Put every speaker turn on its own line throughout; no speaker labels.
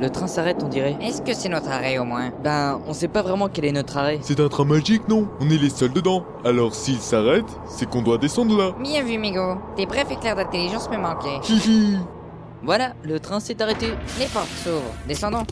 Le train s'arrête, on dirait.
Est-ce que c'est notre arrêt au moins
Ben, on sait pas vraiment quel est notre arrêt.
C'est un train magique, non On est les seuls dedans. Alors s'il s'arrête, c'est qu'on doit descendre là.
Bien vu, Migo. Tes brefs éclairs d'intelligence me manquaient.
Hihi
Voilà, le train s'est arrêté.
Les portes s'ouvrent. Descendons.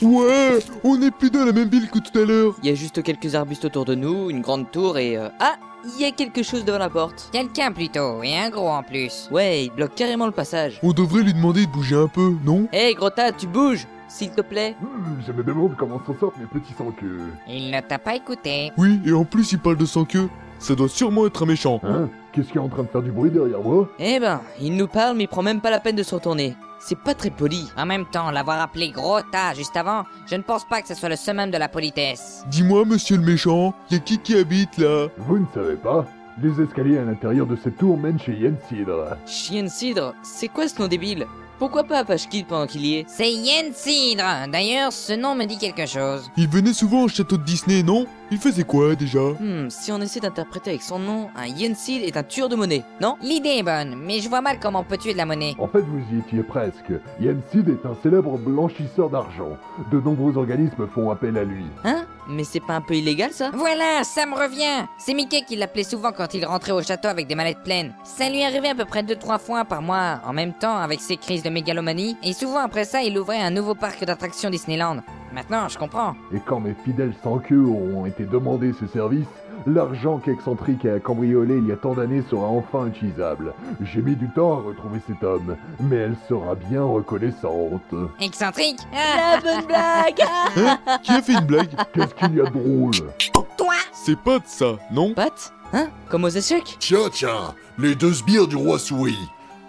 Ouais On est plus dans la même ville que tout à l'heure
Il y a juste quelques arbustes autour de nous, une grande tour et... euh, Ah Il y a quelque chose devant la porte.
Quelqu'un plutôt, et un gros en plus.
Ouais, il bloque carrément le passage.
On devrait lui demander de bouger un peu, non
Hé, hey, Grota, tu bouges S'il te plaît.
Hmm, je me demande comment s'en sortent mes petits sans queue.
Il ne t'a pas écouté.
Oui, et en plus il parle de sans queue. Ça doit sûrement être un méchant.
Hein Qu'est-ce qui est en train de faire du bruit derrière moi
Eh ben, il nous parle mais il prend même pas la peine de se retourner. C'est pas très poli.
En même temps, l'avoir appelé gros tas juste avant, je ne pense pas que ce soit le summum de la politesse.
Dis-moi, monsieur le méchant, y a qui qui habite là
Vous ne savez pas Les escaliers à l'intérieur de cette tour mènent chez Yen Sidra.
Chien de cidre, c'est quoi ce nom débile Pourquoi pas Apache Kid pendant qu'il y est
C'est Yen Cidre. D'ailleurs, ce nom me dit quelque chose.
Il venait souvent au château de Disney, non Il faisait quoi déjà
Hmm, si on essaie d'interpréter avec son nom, un Yensid est un tueur de monnaie, non
L'idée est bonne, mais je vois mal comment on peut tuer de la monnaie.
En fait, vous y étiez presque. Yen Sid est un célèbre blanchisseur d'argent. De nombreux organismes font appel à lui.
Hein Mais c'est pas un peu illégal ça
Voilà, ça me revient C'est Mickey qui l'appelait souvent quand il rentrait au château avec des mallettes pleines. Ça lui arrivait à peu près 2-3 fois par mois, en même temps avec ses crises de mégalomanie, et souvent après ça, il ouvrait un nouveau parc d'attractions Disneyland. Maintenant, je comprends.
Et quand mes fidèles sans queue auront été demandés ce service, l'argent qu'Excentrique a cambriolé il y a tant d'années sera enfin utilisable. J'ai mis du temps à retrouver cet homme, mais elle sera bien reconnaissante.
Excentrique
Euh,
Ah,
La bonne blague
Hein Qui a fait une blague
Qu'est-ce qu'il y a de drôle
toi
C'est pas de ça, non
Pat Hein Comme aux échecs
Tiens, tiens, les deux sbires du roi souris.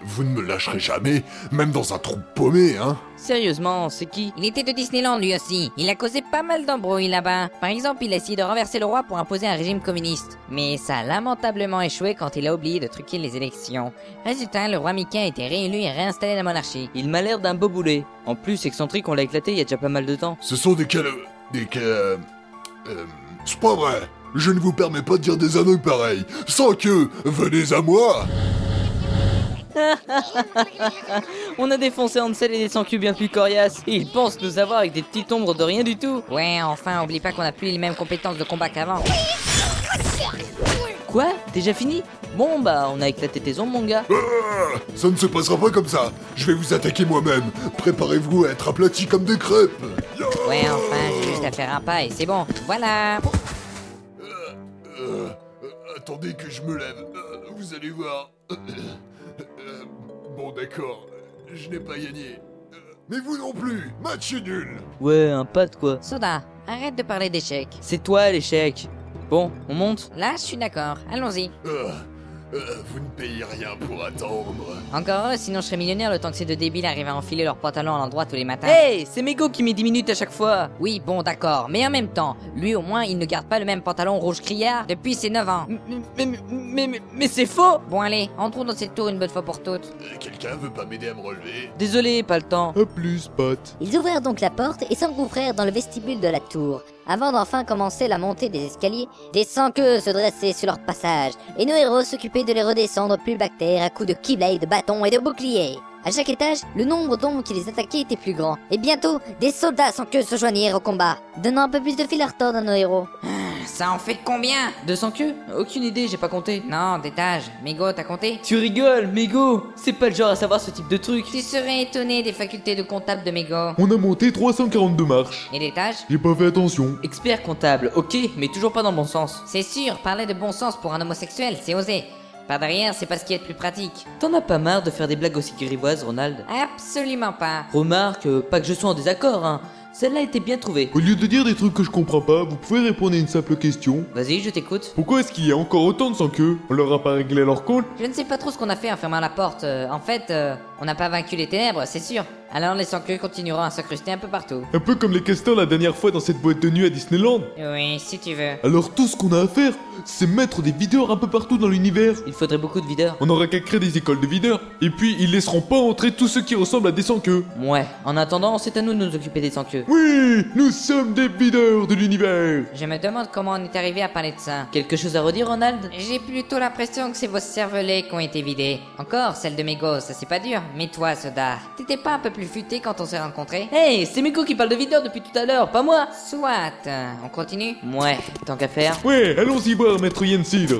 Vous ne me lâcherez jamais, même dans un trou paumé, hein
Sérieusement, c'est qui
Il était de Disneyland lui aussi. Il a causé pas mal d'embrouilles là-bas. Par exemple, il a essayé de renverser le roi pour imposer un régime communiste. Mais ça a lamentablement échoué quand il a oublié de truquer les élections. Résultat, le roi Mickey a été réélu et réinstallé la monarchie.
Il m'a l'air d'un beau boulet. En plus, excentrique, on l'a éclaté il y a déjà pas mal de temps.
Ce sont des cal... des cal... euh, C'est pas vrai Je ne vous permets pas de dire des anneaux pareils Sans que... Venez à moi
On a défoncé Ansel et des sans bien plus coriaces. Et ils pensent nous avoir avec des petites ombres de rien du tout.
Ouais, enfin, oublie pas qu'on a plus les mêmes compétences de combat qu'avant.
Quoi Déjà fini Bon bah, on a éclaté tes ombres, mon gars.
Ah, Ça ne se passera pas comme ça Je vais vous attaquer moi-même Préparez-vous à être aplati comme des crêpes
Ouais, enfin, j'ai juste à faire un pas et c'est bon. Voilà.
Euh, euh, Attendez que je me lève, Euh, vous allez voir. Euh, bon d'accord, je n'ai pas gagné. Euh, Mais vous non plus, match nul
Ouais, un pat quoi.
Soda, arrête de parler d'échecs.
C'est toi l'échec. Bon, on monte
Là, je suis d'accord. Allons-y.
Euh, euh, Vous ne payez rien pour attendre.
Encore eux, sinon je serais millionnaire le temps que ces deux débiles arrivent à enfiler leurs pantalons à l'endroit tous les matins.
Hey, c'est Mego qui met 10 minutes à chaque fois.
Eh
Oui, bon, d'accord, mais en même temps, lui au moins, il ne garde pas le même pantalon rouge criard depuis ses 9 ans.
Mais, mais, mais, mais, mais c'est faux
Bon, allez, entrons dans cette tour une bonne fois pour toutes.
Euh, Quelqu'un veut pas m'aider à me relever
Désolé, pas le temps.
À plus, Pat.
Ils ouvrirent donc la porte et s'engouffrèrent dans le vestibule de la tour, avant d'enfin commencer la montée des escaliers, des sans-queues se dressaient sur leur passage, et nos héros s'occupaient de les redescendre plus bactères à coups de keyblade, de bâtons et de boucliers. À chaque étage, le nombre d'hommes qui les attaquaient était plus grand, et bientôt, des soldats sans queue se joignirent au combat, donnant un peu plus de fil à retordre à nos héros.
Ça en fait de combien
200 queues Aucune idée, j'ai pas compté.
Non, d'étage. Mégo, t'as compté
Tu rigoles, Mego C'est pas le genre à savoir ce type de truc.
Tu serais étonné des facultés de comptable de Mégo.
On a monté 342 marches.
Et d'étage
J'ai pas fait attention.
Expert comptable, ok, mais toujours pas dans le bon sens.
C'est sûr, parler de bon sens pour un homosexuel, c'est osé. Par derrière, c'est parce qu'il y a de plus pratique.
T'en as pas marre de faire des blagues aussi grivoises, Ronald
Absolument pas.
Remarque, euh, pas que je sois en désaccord, hein. Celle-là était bien trouvée.
Au lieu de dire des trucs que je comprends pas, vous pouvez répondre à une simple question.
Vas-y, je t'écoute.
Pourquoi est-ce qu'il y a encore autant de sans queue On leur a pas réglé leur compte
Je ne sais pas trop ce qu'on a fait en fermant la porte. Euh, en fait, euh, on n'a pas vaincu les ténèbres, c'est sûr. Alors les sans-queues continueront à s'incruster un peu partout.
Un peu comme les castors la dernière fois dans cette boîte de nuit à Disneyland.
Oui, si tu veux.
Alors tout ce qu'on a à faire, c'est mettre des videurs un peu partout dans l'univers.
Il faudrait beaucoup de videurs.
On aura qu'à créer des écoles de videurs. Et puis ils laisseront pas entrer tous ceux qui ressemblent à des sans queue.
Ouais, en attendant, c'est à nous de nous occuper des sans-queues.
Oui, nous sommes des videurs de l'univers.
Je me demande comment on est arrivé à parler de ça.
Quelque chose à redire, Ronald
J'ai plutôt l'impression que c'est vos cervelets qui ont été vidés. Encore celle de mes gosses, ça c'est pas dur. Mais toi, Soda, t'étais pas un peu plus futé quand on s'est rencontrés
Hey, c'est Miko qui parle de videur depuis tout à l'heure, pas moi
Soit, euh, on continue
Ouais, tant qu'à faire.
Ouais, allons-y voir Maître Yensid.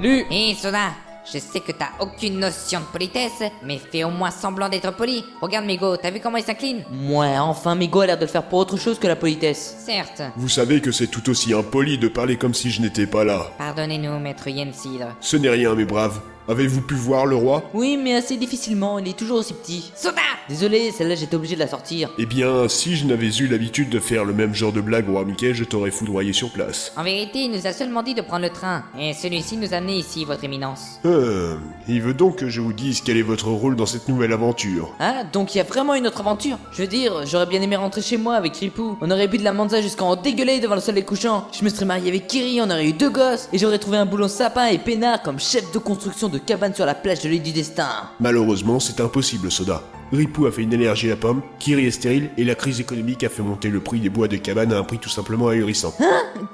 Lu
Hé, Eh, Soda je sais que t'as aucune notion de politesse, mais fais au moins semblant d'être poli. Regarde Mego, t'as vu comment il s'incline
Ouais, enfin, Miko a l'air de le faire pour autre chose que la politesse.
Certes.
Vous savez que c'est tout aussi impoli de parler comme si je n'étais pas là.
Pardonnez-nous, maître Yensidre.
Ce n'est rien, mes braves. Avez-vous pu voir le roi
Oui, mais assez difficilement, il est toujours aussi petit.
Soda
Désolé, celle-là j'étais obligé de la sortir.
Eh bien, si je n'avais eu l'habitude de faire le même genre de blague au roi Mickey, je t'aurais foudroyé sur place.
En vérité, il nous a seulement dit de prendre le train, et celui-ci nous a amené ici, votre éminence.
Hum, il veut donc que je vous dise quel est votre rôle dans cette nouvelle aventure.
Ah, donc il y a vraiment une autre aventure Je veux dire, j'aurais bien aimé rentrer chez moi avec Ripou. On aurait bu de la manza jusqu'à en dégueuler devant le soleil couchant. Je me serais marié avec Kiri, on aurait eu deux gosses. Et j'aurais trouvé un boulot sapin et peinard comme chef de construction de cabane sur la plage de l'île du destin.
Malheureusement, c'est impossible, Soda. Ripou a fait une allergie à la pomme, Kiri est stérile, et la crise économique a fait monter le prix des bois de cabane à un prix tout simplement ahurissant.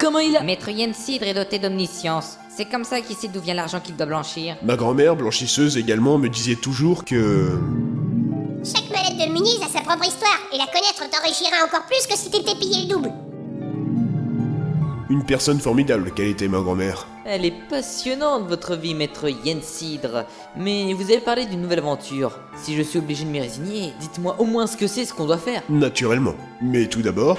Comment il a...
Maître Yensidre est doté d'omniscience. C'est comme ça qu'il sait d'où vient l'argent qu'il doit blanchir.
Ma grand-mère, blanchisseuse également, me disait toujours que... euh,
Chaque mallette de Muniz a sa propre histoire, et la connaître t'enrichira encore plus que si t'étais payé le double.
Une personne formidable qu'elle était, ma grand-mère.
Elle est passionnante, votre vie, maître Yensidre. Mais vous avez parlé d'une nouvelle aventure. Si je suis obligé de m'y résigner, dites-moi au moins ce que c'est, ce qu'on doit faire.
Naturellement. Mais tout d'abord,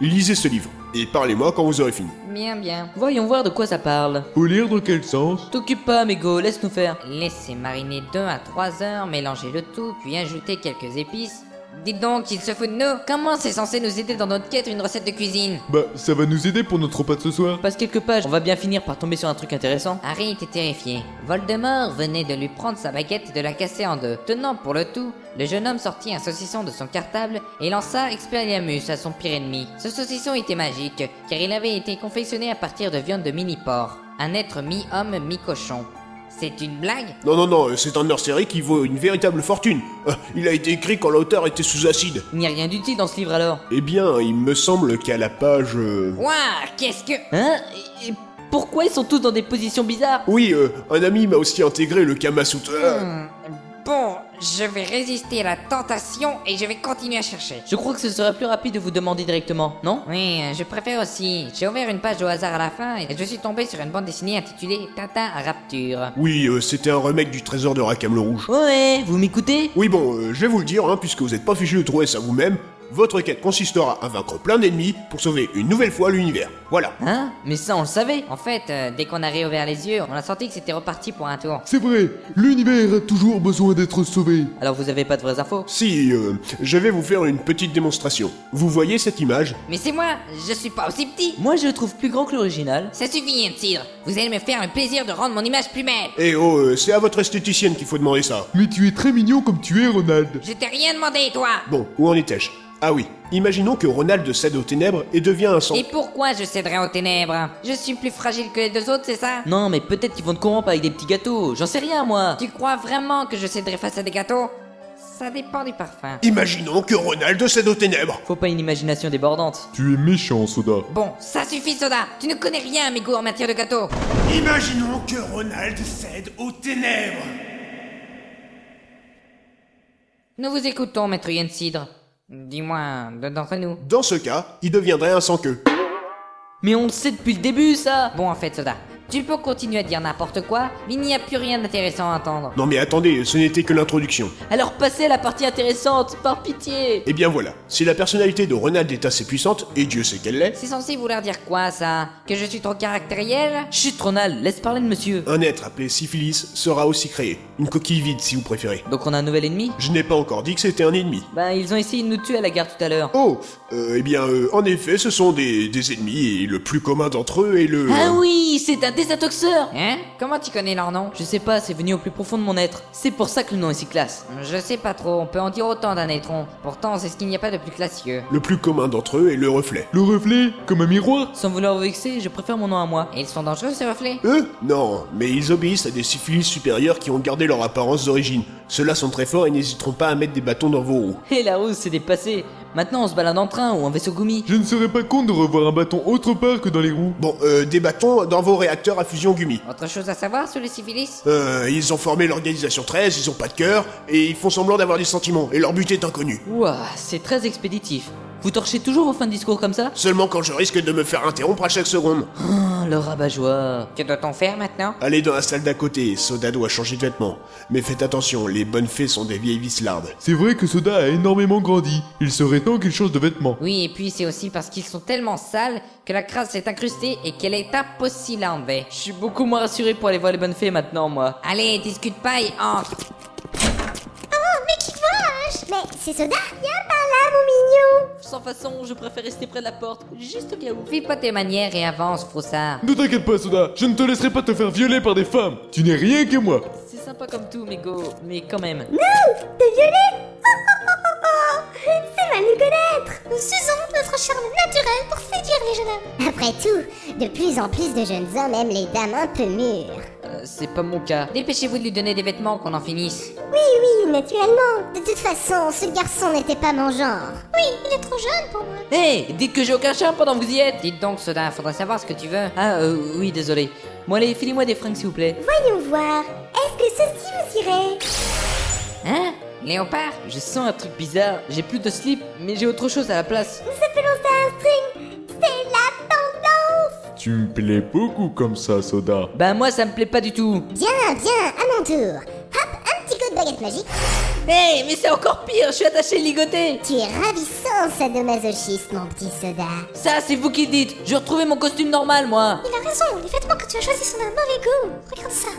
lisez ce livre et parlez-moi quand vous aurez fini.
Bien, bien.
Voyons voir de quoi ça parle.
Au lire dans quel sens
T'occupe pas, Mego, laisse-nous faire.
Laissez mariner 2 à 3 heures, mélangez le tout, puis ajoutez quelques épices. Dites donc, il se fout de nous Comment c'est censé nous aider dans notre quête une recette de cuisine
Bah, ça va nous aider pour notre repas de ce soir.
Passe quelques pages, on va bien finir par tomber sur un truc intéressant.
Harry était terrifié. Voldemort venait de lui prendre sa baguette et de la casser en deux. Tenant pour le tout, le jeune homme sortit un saucisson de son cartable et lança Expelliarmus à son pire ennemi. Ce saucisson était magique, car il avait été confectionné à partir de viande de mini-porc. Un être mi-homme, mi-cochon. C'est une blague
Non, non, non, c'est un hors-série qui vaut une véritable fortune. Ah, Il a été écrit quand l'auteur était sous acide.
Il n'y a rien d'utile dans ce livre alors.
Eh bien, il me semble qu'à la page... euh,
Ouah, qu'est-ce que...
Hein Et- et pourquoi ils sont tous dans des positions bizarres
Oui, euh, un ami m'a aussi intégré le Kama Sutra.
Hmm, Bon, je vais résister à la tentation et je vais continuer à chercher.
Je crois que ce serait plus rapide de vous demander directement, non
Oui, euh, je préfère aussi. J'ai ouvert une page au hasard à la fin et je suis tombé sur une bande dessinée intitulée Tintin à Rapture.
Oui, euh, c'était un remake du trésor de Rakam le Rouge.
Ouais, vous m'écoutez
Oui, bon, euh, je vais vous le dire, hein, puisque vous n'êtes pas fichu de trouver ça vous-même, votre quête consistera à vaincre plein d'ennemis pour sauver une nouvelle fois l'univers. Voilà.
Hein Mais ça on le savait
En fait, euh, dès qu'on a réouvert les yeux, on a senti que c'était reparti pour un tour.
C'est vrai, l'univers a toujours besoin d'être sauvé.
Alors vous avez pas de vraies infos
Si, euh, je vais vous faire une petite démonstration. Vous voyez cette image
Mais c'est moi, je suis pas aussi petit.
Moi je le trouve plus grand que l'original.
Ça suffit, Yensidre. Vous allez me faire le plaisir de rendre mon image plus belle.
Eh oh, euh, c'est à votre esthéticienne qu'il faut demander ça.
Mais tu es très mignon comme tu es, Ronald.
Je t'ai rien demandé, toi.
Bon, où en étais-je Ah oui, imaginons que Ronald cède aux ténèbres et devient un sang.
Et pourquoi je céderais aux ténèbres Je suis plus fragile que les deux autres, c'est ça
Non mais peut-être qu'ils vont te corrompre avec des petits gâteaux, j'en sais rien moi
Tu crois vraiment que je céderais face à des gâteaux Ça dépend du parfum.
Imaginons que Ronald cède aux ténèbres.
Faut pas une imagination débordante.
Tu es méchant, Soda.
Bon, ça suffit, Soda. Tu ne connais rien à mes goûts en matière de gâteaux.
Imaginons que Ronald cède aux ténèbres.
Nous vous écoutons, maître Yensidre. Dis-moi, de- d'entre nous.
Dans ce cas, il deviendrait un sans-queue.
Mais on le sait depuis le début ça
Bon, en fait, Soda, tu peux continuer à dire n'importe quoi, mais il n'y a plus rien d'intéressant à entendre.
Non mais attendez, ce n'était que l'introduction.
Alors passez à la partie intéressante, par pitié
Eh bien voilà, si la personnalité de Ronald est assez puissante, et Dieu sait qu'elle l'est,
C'est censé vouloir dire quoi, ça Que je suis trop caractériel
Chut Ronald, laisse parler de monsieur
un être appelé syphilis sera aussi créé. Une coquille vide si vous préférez.
Donc on a un nouvel ennemi
Je n'ai pas encore dit que c'était un ennemi.
Ben ils ont essayé de nous tuer à la gare tout à l'heure.
Oh, euh, eh bien, euh, en effet, ce sont des, des ennemis, et le plus commun d'entre eux est le...
Ah oui, c'est un désintoxeur
Hein Comment tu connais leur nom
Je sais pas, c'est venu au plus profond de mon être. C'est pour ça que le nom est si classe.
Je sais pas trop, on peut en dire autant d'un étron. Pourtant, c'est ce qu'il n'y a pas de plus classieux.
Le plus commun d'entre eux est le reflet.
Le reflet, comme un miroir.
Sans vouloir vous vexer, je préfère mon nom à moi.
Et ils sont dangereux, ces reflets
Eux Non, mais ils obéissent à des syphilis supérieurs qui ont gardé leur apparence d'origine, Ceux-là sont très forts et n'hésiteront pas à mettre des bâtons dans vos roues.
Et la ruse s'est dépassée. Maintenant on se balade en train ou en vaisseau gumi.
Je ne serais pas con de revoir un bâton autre part que dans les roues.
Bon, euh, des bâtons dans vos réacteurs à fusion gumi.
Autre chose à savoir sur les syphilis
Euh, ils ont formé l'organisation 13, ils ont pas de cœur, et ils font semblant d'avoir des sentiments, et leur but est inconnu.
Ouah, c'est très expéditif. Vous torchez toujours aux fins de discours comme ça
Seulement quand je risque de me faire interrompre à chaque seconde.
Ah, Le rabat-joie.
Que doit-on faire maintenant
Allez dans la salle d'à côté, Soda doit changer de vêtements. Mais faites attention, les bonnes fées sont des vieilles vislardes.
C'est vrai que Soda a énormément grandi. Il serait temps qu'il change de vêtements.
Oui, et puis c'est aussi parce qu'ils sont tellement sales que la crasse s'est incrustée et qu'elle est impossible à enlever.
Je suis beaucoup moins rassuré pour aller voir les bonnes fées maintenant, moi.
Allez, discute pas et entre
Oh, mais qui vache Mais c'est Soda Viens par là, mon mignon
Sans façon, je préfère rester près de la porte, juste au cas où.
Fais pas tes manières et avance, Froussard.
Ne t'inquiète pas, Soda, je ne te laisserai pas te faire violer par des femmes. Tu n'es rien que moi.
C'est sympa comme tout, mais go, mais quand même.
Non Oh, T'es violée oh. C'est mal nous connaître Nous usons de notre charme naturel pour séduire les jeunes hommes Après tout, de plus en plus de jeunes hommes aiment les dames un peu mûres.
Euh, c'est pas mon cas.
Dépêchez-vous de lui donner des vêtements qu'on en finisse.
Oui, oui, naturellement De toute façon, ce garçon n'était pas mon genre. Oui, il est trop jeune pour moi.
Hé, dites que j'ai aucun charme pendant que vous y êtes
Dites donc, Soda, faudrait savoir ce que tu veux.
Ah, euh, oui, désolé. Bon, allez, filez-moi des fringues, s'il vous plaît.
Voyons voir. Est-ce que ceci vous irait
Hein Léopard
Je sens un truc bizarre. J'ai plus de slip, mais j'ai autre chose à la place.
Nous appelons ça un string. C'est la tendance.
Tu me plais beaucoup comme ça, Soda.
Bah, moi, ça me plaît pas du tout.
Bien, bien, à mon tour. Hop, un petit coup de baguette magique.
Hé, mais c'est encore pire, je suis attaché ligoté
Tu es ravissant, sadomasochiste, mon petit soda.
Ça, c'est vous qui le dites Je retrouvais mon costume normal, moi
Il a raison, les vêtements que tu as choisis sont d'un mauvais goût. Regarde ça.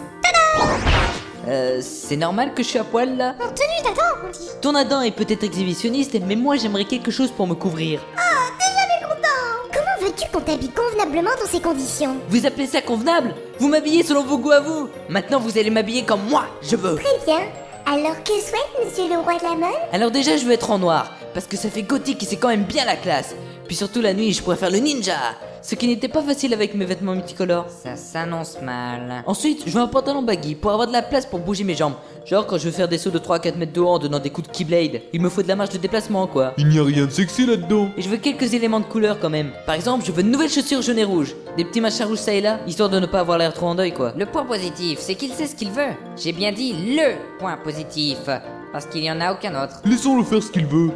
Euh, c'est normal que je suis à poil, là
En tenue d'Adam, on dit.
Ton Adam est peut-être exhibitionniste, mais moi, j'aimerais quelque chose pour me couvrir.
Oh, déjà mécontent Comment veux-tu qu'on t'habille convenablement dans ces conditions
Vous appelez ça convenable Vous m'habillez selon vos goûts à vous Maintenant, vous allez m'habiller comme moi, je veux
Très Eh bien. Alors que souhaite monsieur le roi de la mode
Alors déjà, je veux être en noir, parce que ça fait gothique et c'est quand même bien la classe. Puis surtout la nuit, je pourrais faire le ninja, ce qui n'était pas facile avec mes vêtements multicolores.
Ça s'annonce mal.
Ensuite, je veux un pantalon baggy pour avoir de la place pour bouger mes jambes. Genre quand je veux faire des sauts de 3 à 4 mètres de haut en donnant des coups de keyblade, il me faut de la marge de déplacement quoi.
Il n'y a rien de sexy là-dedans.
Et je veux quelques éléments de couleur quand même. Par exemple, je veux de nouvelles chaussures jaune et rouge, des petits machins rouges ça et là, histoire de ne pas avoir l'air trop en deuil quoi.
Le point positif, c'est qu'il sait ce qu'il veut. J'ai bien dit LE point positif, parce qu'il n'y en a aucun autre.
Laissons-le faire ce qu'il veut.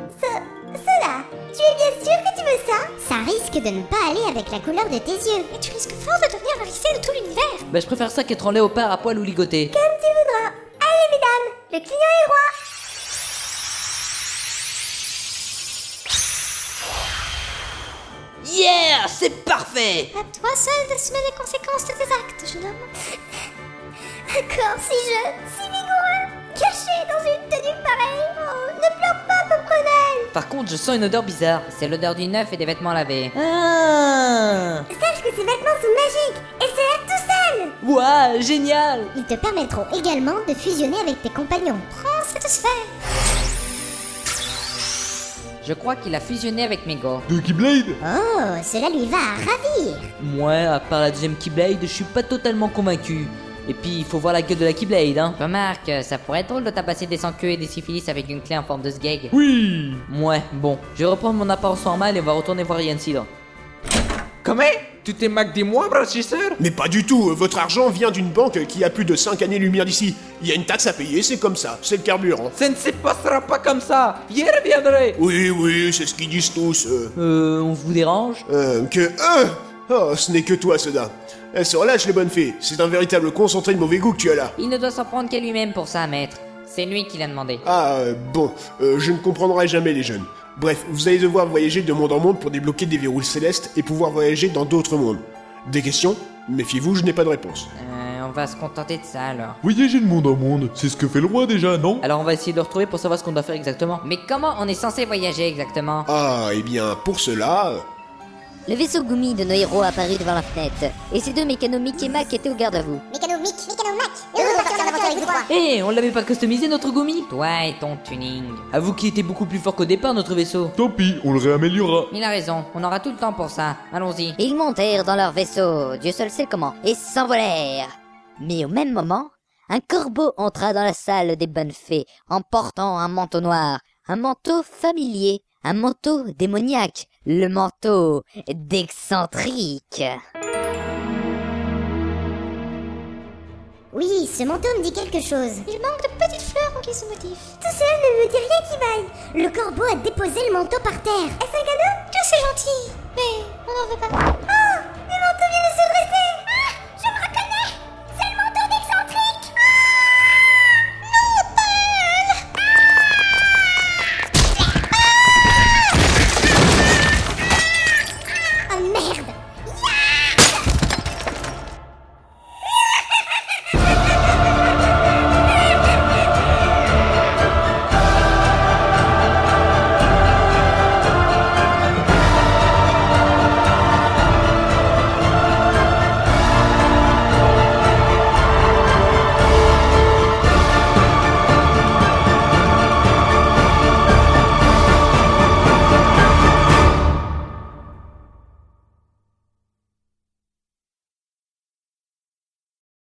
Soda, tu es bien sûr que tu veux ça Ça risque de ne pas aller avec la couleur de tes yeux. Et tu risques fort de devenir l'oricée de tout l'univers.
Bah je préfère ça qu'être en léopard à poil ou ligoté.
Comme tu voudras. Allez, mesdames, le client est roi.
Yeah C'est parfait
À toi seul d'assumer les conséquences de tes actes, jeune homme. Encore si jeune, si vigoureux, caché dans une tenue pareille. Oh, ne pleure pas, pauvre Nel.
Par contre, je sens une odeur bizarre.
C'est l'odeur du neuf et des vêtements lavés.
Ah
Sache que ces vêtements sont magiques et c'est à tout seul.
Ouah, génial
Ils te permettront également de fusionner avec tes compagnons. Prends cette sphère.
Je crois qu'il a fusionné avec Mego.
De Keyblade
Oh, cela lui va à ravir.
Moi, à part la deuxième Keyblade, je suis pas totalement convaincu. Et puis, il faut voir la gueule de la Keyblade, hein.
Remarque, ça pourrait être drôle de tabasser des sans-queues et des syphilis avec une clé en forme de sgeg.
Oui
Ouais, bon, je vais reprendre mon apparence normale et on va retourner voir Yancy là.
Comment Tu te moques de moi, blanchisseur
Mais pas du tout, euh, votre argent vient d'une banque qui a plus de 5 années-lumière d'ici. Il y a une taxe à payer, c'est comme ça, c'est le carburant.
Ça ne se passera pas comme ça J'y reviendrai
Oui, oui, c'est ce qu'ils disent tous. Euh,
Euh, on vous dérange
euh, que... Euh, oh, ce n'est que toi, Soda. Elles se relâchent, les bonnes fées. C'est un véritable concentré de mauvais goût que tu as là.
Il ne doit s'en prendre qu'à lui-même pour ça, maître. C'est lui qui l'a demandé.
Ah, euh, bon, euh, je ne comprendrai jamais les jeunes. Bref, vous allez devoir voyager de monde en monde pour débloquer des verrouilles célestes et pouvoir voyager dans d'autres mondes. Des questions Méfiez-vous, je n'ai pas de réponse.
Euh, on va se contenter de ça alors.
Voyager de monde en monde, c'est ce que fait le roi déjà, non
Alors on va essayer de le retrouver pour savoir ce qu'on doit faire exactement.
Mais comment on est censé voyager exactement
Ah, eh bien, pour cela... euh,
Le vaisseau Gumi de nos héros apparut devant la fenêtre, et ses deux mécanos Mick et Mac étaient au garde à vous.
Mécano Mick, Mécano Mac, et nous repartons l'aventure avec vous trois.
Hé, Eh, on l'avait pas customisé notre Gumi
Toi et ton tuning.
Avoue qu'il était beaucoup plus fort qu'au départ notre vaisseau.
Tant pis, on le réaméliorera.
Il a raison, on aura tout le temps pour ça. Allons-y.
Et ils montèrent dans leur vaisseau, Dieu seul sait comment, et s'envolèrent. Mais au même moment, un corbeau entra dans la salle des bonnes fées en portant un manteau noir, un manteau familier, un manteau démoniaque, le manteau d'excentrique.
Oui, ce manteau me dit quelque chose. Il manque de petites fleurs en qui se motif. Tout cela ne me dit rien qui vaille. Ah, Le corbeau a déposé le manteau par terre. Est-ce un cadeau Dieu, c'est gentil. Mais on n'en veut pas. Ah, Ah, Ah, Oh,